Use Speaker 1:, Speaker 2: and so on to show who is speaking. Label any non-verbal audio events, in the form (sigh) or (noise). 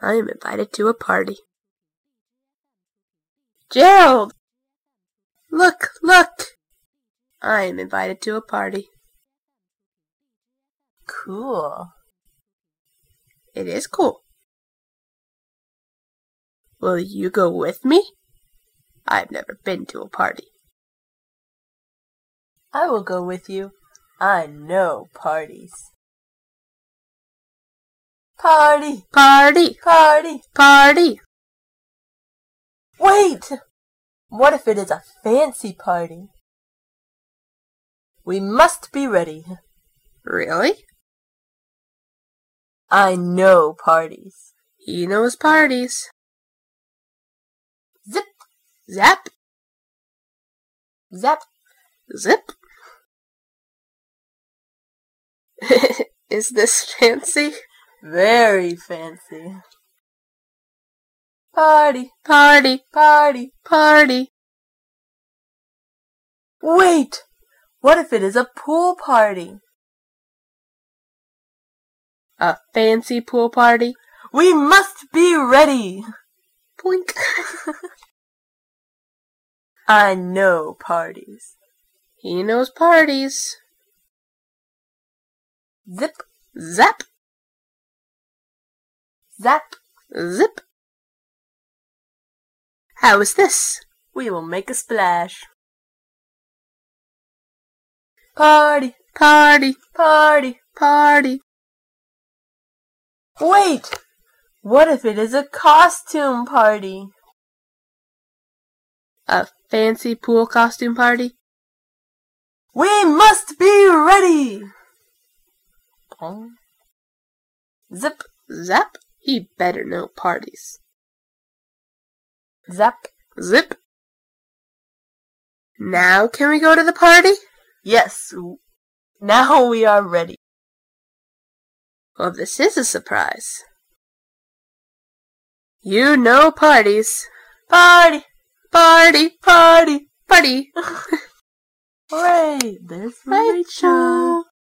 Speaker 1: I am invited to a party. Gerald! Look, look! I am invited to a party.
Speaker 2: Cool.
Speaker 1: It is cool. Will you go with me? I've never been to a party.
Speaker 2: I will go with you. I know parties. Party!
Speaker 1: Party!
Speaker 2: Party!
Speaker 1: Party!
Speaker 2: Wait! What if it is a fancy party? We must be ready.
Speaker 1: Really?
Speaker 2: I know parties.
Speaker 1: He knows parties.
Speaker 2: Zip,
Speaker 1: Zap!
Speaker 2: zap.
Speaker 1: Zip! (laughs) is this fancy?
Speaker 2: Very fancy. Party,
Speaker 1: Party!
Speaker 2: party.
Speaker 1: Party!
Speaker 2: Wait! What if it is a pool party?
Speaker 1: A fancy pool party.
Speaker 2: We must be ready.
Speaker 1: Boink!
Speaker 2: (laughs) I know parties.
Speaker 1: he knows parties.
Speaker 2: Zip,
Speaker 1: Zap!
Speaker 2: zap.
Speaker 1: Zip! How is this?
Speaker 2: We will make a splash. Party,
Speaker 1: Party!
Speaker 2: party.
Speaker 1: Party!
Speaker 2: Wait! What if it is a costume party?
Speaker 1: A fancy pool costume party.
Speaker 2: We must be ready! Boom. Zip,
Speaker 1: Zap! He better know parties.
Speaker 2: zap.
Speaker 1: Zip! Now can we go to the party?
Speaker 2: Yes, w- now we are ready.
Speaker 1: Well, this is a surprise. You know parties.
Speaker 2: Party!
Speaker 1: Party!
Speaker 2: Party!
Speaker 1: Party!
Speaker 2: Hooray! There's Rachel.
Speaker 1: Rachel.